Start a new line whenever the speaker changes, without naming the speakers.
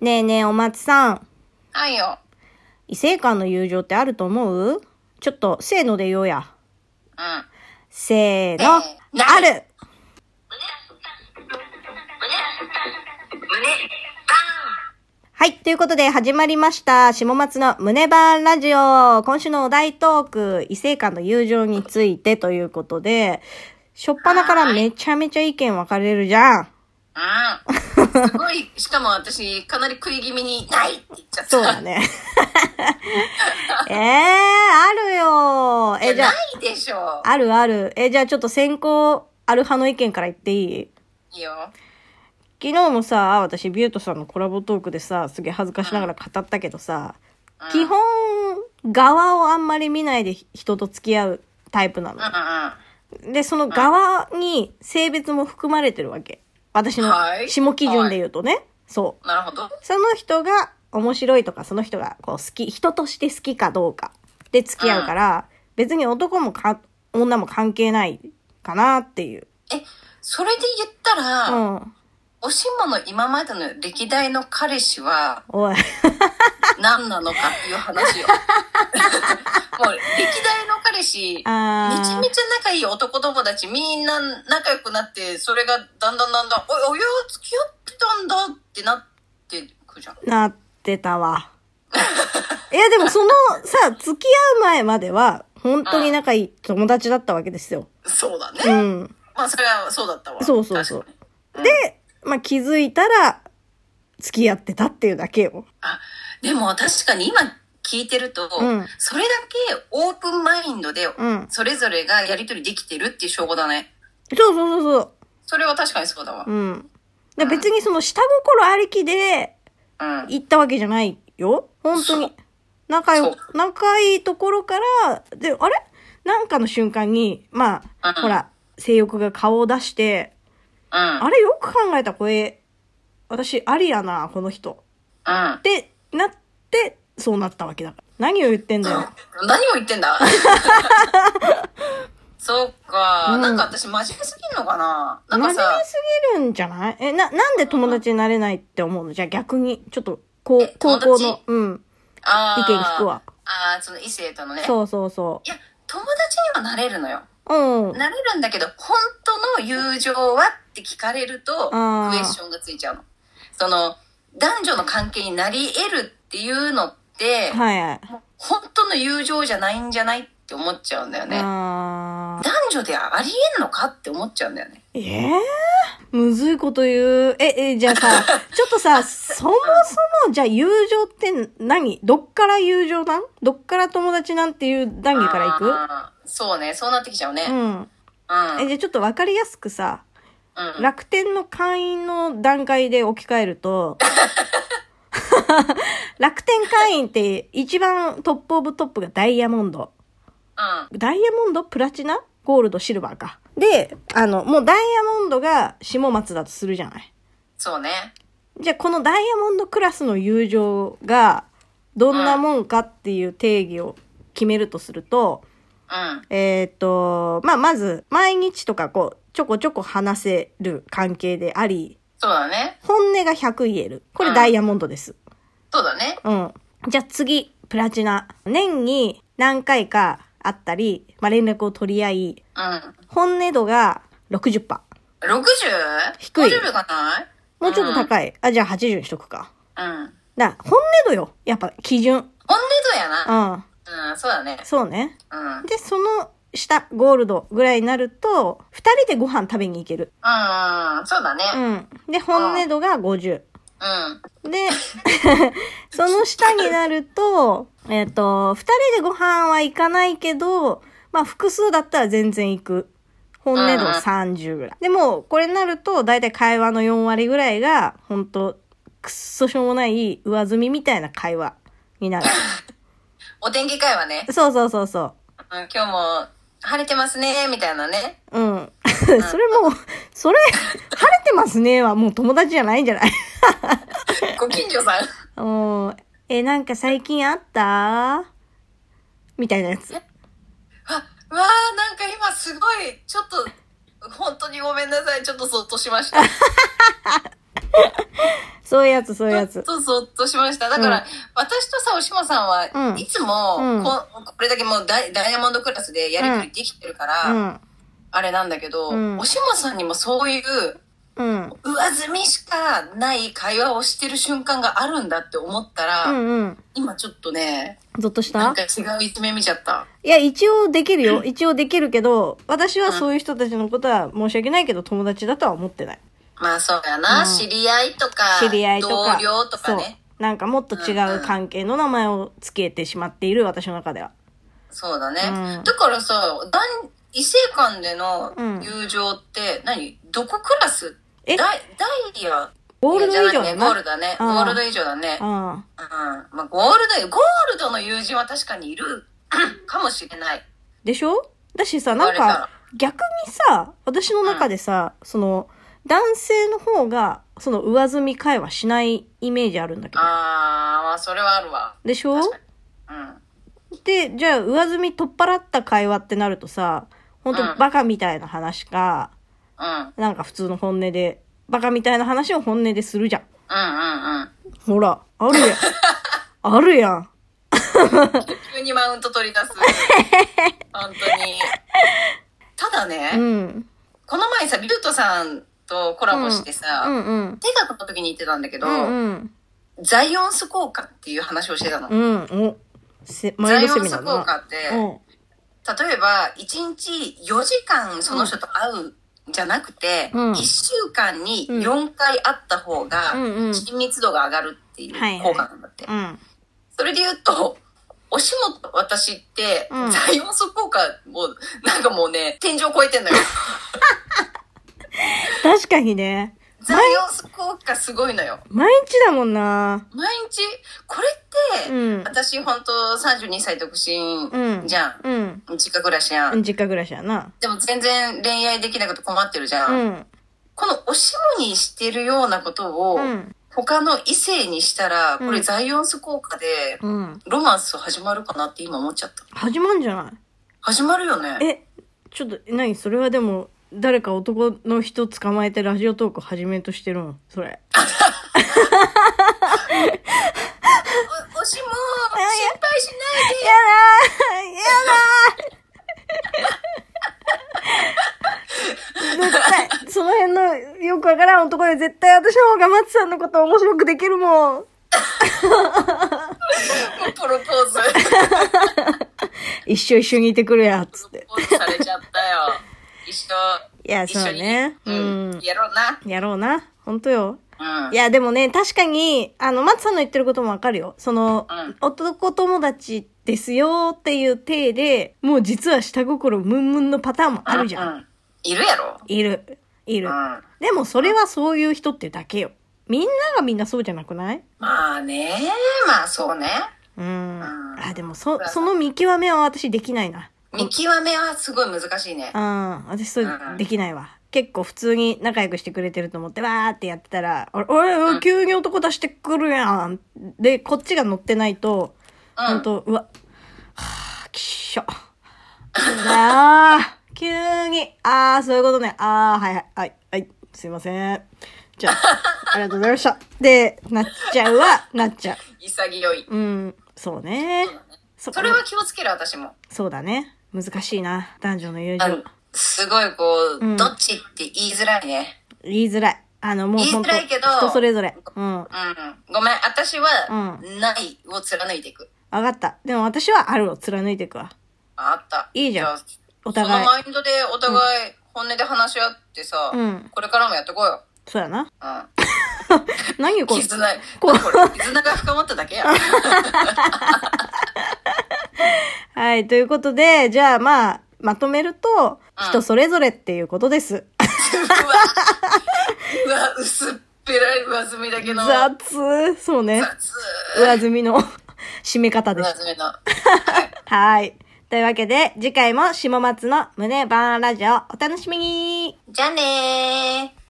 ねえねえ、お松さん。
はいよ。
異性間の友情ってあると思うちょっと、せーので言おうや。
うん。
せー
えー
の。
な
あ
い
るはい。ということで、始まりました。下松の胸バーンラジオ。今週のお題トーク、異性間の友情についてということで、しょっぱなからめちゃめちゃ意見分かれるじゃん。
うん。すごい、しかも私、かなり食い気味に、ないって言っちゃった。
そうだね。 えー、あるよ。え、
え、
じゃ
な
あ、
いでしょ。
あるある。え、じゃあちょっと先行、アル派の意見から言っていい
いいよ。
昨日もさ、私、ビュートさんのコラボトークでさ、すげえ恥ずかしながら語ったけどさ、
うん
基本、側をあんまり見ないで人と付き合うタイプなの
うん。う
で、その側に性別も含まれてるわけ。私の
はい
下基準で言うとね。そ
ん。なるほど。
う。その人が面白いとか、その人がこう好き、人として好きかどうかで付き合うから、別に男もか女も関係ないかなっていう。
え、それで言ったら、
うん。
おしもの今までの歴代の彼氏は
おい。
何なのかっていう 話よ。もう、歴代の彼氏、めち
あー
ゃめちゃ仲いい男友達、みんな仲良くなって、それがだんだんだんだん、おい、おや、付き合ってたんだってなってくじゃん。
なってたわ。 いや、でもその、さ、付き合う前までは、本当に仲いい友達だったわけですよ。
そうだね。
うん。
まあ、それはそうだったわ。
そうそうそう
確かに。
で、まあ、気づいたら、付き合ってたっていうだけよ。
あ、でも確かに今聞いてると、
うん
それだけオープンマインドで、
ん
それぞれがやりとりできてるっていう証拠だね。
そうそうそうそ
それは確かにそうだわ
う。。うん。で別にその下心ありきで
うん。
行ったわけじゃないよ。本当
そう
に。仲
そ
よ
う、
仲いいところから、で、あれなんかの瞬間に、まあ、
うん
ほら、性欲が顔を出して、
うん。
あれよく考えたこれ、私ありやな、この人。
うん
っ。てなって、そうなったわけだから。何を言ってんだよ。
何を言ってん だそうか、
うん
なんか私真面目すぎんのかななん
真面
かさ
目、すぎるんじゃないえ、な、なんで友達になれないって思うのじゃあ逆に、ちょっと、こう
え、
高
友
校
達
の、うん。
あー
意見聞くわ。
ああ、その異性とのね。い
そうそうそ
や、友達にはなれるのよ。
う。うん。
なれるんだけど、本当の友情はって聞かれると、
あー
クエスチョンがついちゃうの。その、男女の関係になり得るっていうのって、
はいはい。
本当の友情じゃないんじゃないって思っちゃうんだよね。
あー
男女でありえんのかって思っちゃうんだよね。
えー、むずいこと言う。え、え、じゃあさ、ちょっとさ、そもそも、じゃあ友情って何どっから友情なんどっから友達なんていう談義からいく
あーそうね、そうなってきちゃうね。
うん。
うん。
え、じゃあちょっとわかりやすくさ、
うん
楽天の会員の段階で置き換えると、楽天会員って一番トップオブトップがダイヤモンド。
うん。
ダイヤモンドプラチナゴールドシルバーか。で、あの、もうダイヤモンドが下松だとするじゃない。
そうね。
じゃあこのダイヤモンドクラスの友情がどんなもんかっていう定義を決めるとすると、
うん。
えっ、と、まあ、まず、毎日とかこう、ちょこちょこ話せる関係であり、
そうだね。
本音が100言える。これダイヤモンドです。
そうだね。
うん。じゃあ次、プラチナ。年に何回かあったり、まあ、連絡を取り合い、
うん。
本音度が60%。
60?
低い
50がない
もうちょっと
い。
高い。あ、じゃあ80にしとくか。
うん。うん
だ本音度よ。やっぱ基準。
本音度や
う
な。
ん。
うん、そうだね。
そうね。
うん。うん、うん、
で、その下、ゴールドぐらいになると、二人でご飯食べに行ける。
そうだ
う
ね。
ん。で、本音度が50。
うん。
で、 その下になると、えっ、と、二人でご飯は行かないけど、まあ複数だったら全然行く。本音度
うんうん
30ぐらい。でも、これになると、だいたい会話の4割ぐらいが、ほんと、くっそしょうもない上積みみたいな会話に なる。
お天気会はね、
そうそうそうそ
うん、今日も晴れてますね、みたいなね。
う。うん。それもう、それ、晴れてますねはもう友達じゃないんじゃ ない
ご近所さん。
うん。え、なんか最近あったみたいなやつ。
あ、うわー、なんか今すごい、ちょっと、本当にごめんなさい。ちょっとそっとしました。
そういうやつ、そういうや
ちょっ
つ。
とそっとしました。だから、
うん
私とさ、おしまさん
う
は
ん、
いつもこ、
うん
これだけもうダイダイヤモンドクラスでやりとりできてるから、
うん。
あれなんだけど、
うん
おしまさんにもそういう、
うん。
上積みしかない会話をしてる瞬間があるんだって思ったら、
うんうん。
今ちょっとね、
ゾッとし
なん
た
か違う一面見ちゃった。
いや、一応できるよ。一応できるけど、私はそういう人たちのことは申し訳ないけど、友達だとは思ってない。
まあそうやな、
うん
知り合いとか、
知り合いとか。
同僚とかね。
そう。なんかもっと違う関係の名前を付けてしまっている、私の中では。
そうだね。
うん
だからさ、男異性間での友情って何、どこクラスダ
え
イダイヤ
ゴールド以上
いや
だ
じ
な。
ゃなくてゴールドだね。
う
ゴ
ん
ールド以上だね。うん。
うん。
まあ、ゴールド、ゴールドの友人は確かにいる かもしれない。
でしょだしさ、なん
言われ
か
た、
ら逆にさ、私の中でさ、その、男性の方が、その上積み会話しないイメージあるんだけど。
あー、まあ、それはあるわ。
でしょ
確かに。うん。
で、じゃあ上積み取っ払った会話ってなるとさ、ほんと
うん
バカみたいな話か、
うん。
なんか普通の本音で、バカみたいな話を本音でするじゃん。
うんうんうん。
ほら、あ るやん。あるやん。
急にマウント取り出 す。本当に。ただね、
うん。
この前さ、ビルトさんとコラボしてさ、
うんうん。
手学の時に言ってたんだけど、
うんうん。
ザイオンス効果っていう話をしてたの。
うん。お、せ、マ
ザ
イン
イ
ド
オ
セ
ン
ミナ
ス
ー
効
だな。
果って、
うん。
例えば、1日4時間その人と会うんじゃなくて、
うん
1週間に4回会った方が
うんうん、
親密度が上がるってい
はいうはい
効果なんだって。
うん。
それで言うと、おしもと私って、
うん
ザイオンス効果、もう、なんかもうね、天井超えて んのよ。
確かにね。
ザイオンス効果すごいのよ。
毎日だもんな。
毎日、これって、
うん
私本当32歳独
うん
身じゃん。
うん。
実家暮らしやん。
実家暮らしやな。
でも全然恋愛できなくて困ってるじゃ。
うんん。
このおしもにしてるようなことを、
うん。
他の異性にしたら、こ
う
れ
ん
ザイオンス効果で、
うん。
ロマンス始まるかなって今思っちゃった。
始まんじゃない
始まるよね。
えちょっと何それはでも誰か男の人捕まえてラジオトーク始めとしてるのそれ
おおしも、心配しない
や
で。
だーやだー絶対その辺のよくわからん男で絶対私の方が松さんのこと面白くできるもん
プロポーズ、
一緒一緒にいてくれやっつっ
プロ
て
ポーズされちゃったよ。一緒、
いや
一
そ
緒
う
に。
ねうん
やろうな。
やろうな本当よ
うん
い。や、でもね、確かに、あの、松さんの言ってることもわかるよ。その、
うん
男友達ですよっていう体で、もう実は下心ムンムンのパターンもあるじゃん。
うういるやろ。
いる。いうる
ん。。ま
でもそれはそういう人ってだけよ。みんながみんなそうじゃなくない
あね、まあそうね。
うん。
ん
あ、でもそ、その見極めは私できないな。
見極めはすごい難しいね。
うん。私そう
うん
できないわ。結構普通に仲良くしてくれてると思って、わーってやってたら、おいおいおい、急に男出してくるやん。で、こっちが乗ってないと、
うん
ほんと、うわ、はぁ、きっしょ。 なあ、急に、ああ、そういうことね。ああ、はいはい、はい、はい、すいません。じゃあ、ありがとうございました。で、なっちゃうは、なっちゃ
潔い。
う。うん、そうね。そ
それは気をつける、私も。
そうだね。難しいな。男女の友
あ
情
の。すごいこう、
うん
どっちって言いづらいね。
言いづらい。あの、もう
言い
本
づ
当
らいけど
人それぞれ。うん。わ
うん。ごめん、私は、
う
ないを貫いていく。
かった。でも私はあるを貫いていくわ。
あった。
いいじゃん
あ
お互い
そのマインドでお互い本音で話し合ってさ、
うん
これからもやってこうよ。
そうや な。
うん。
何これ。
絆、
こう
これ、絆が深まっただ けや。
はい、ということで、じゃあまあ、まとめると、
うん
人それぞれっていうことです。
うわ、うわ、薄っぺらい上積みだけ の。雑。
雑、そうね。上積みの 締め方で
上
した。
積みの。
はい。というわけで、次回も下松の胸バーンラジオお楽しみに
じゃあねー。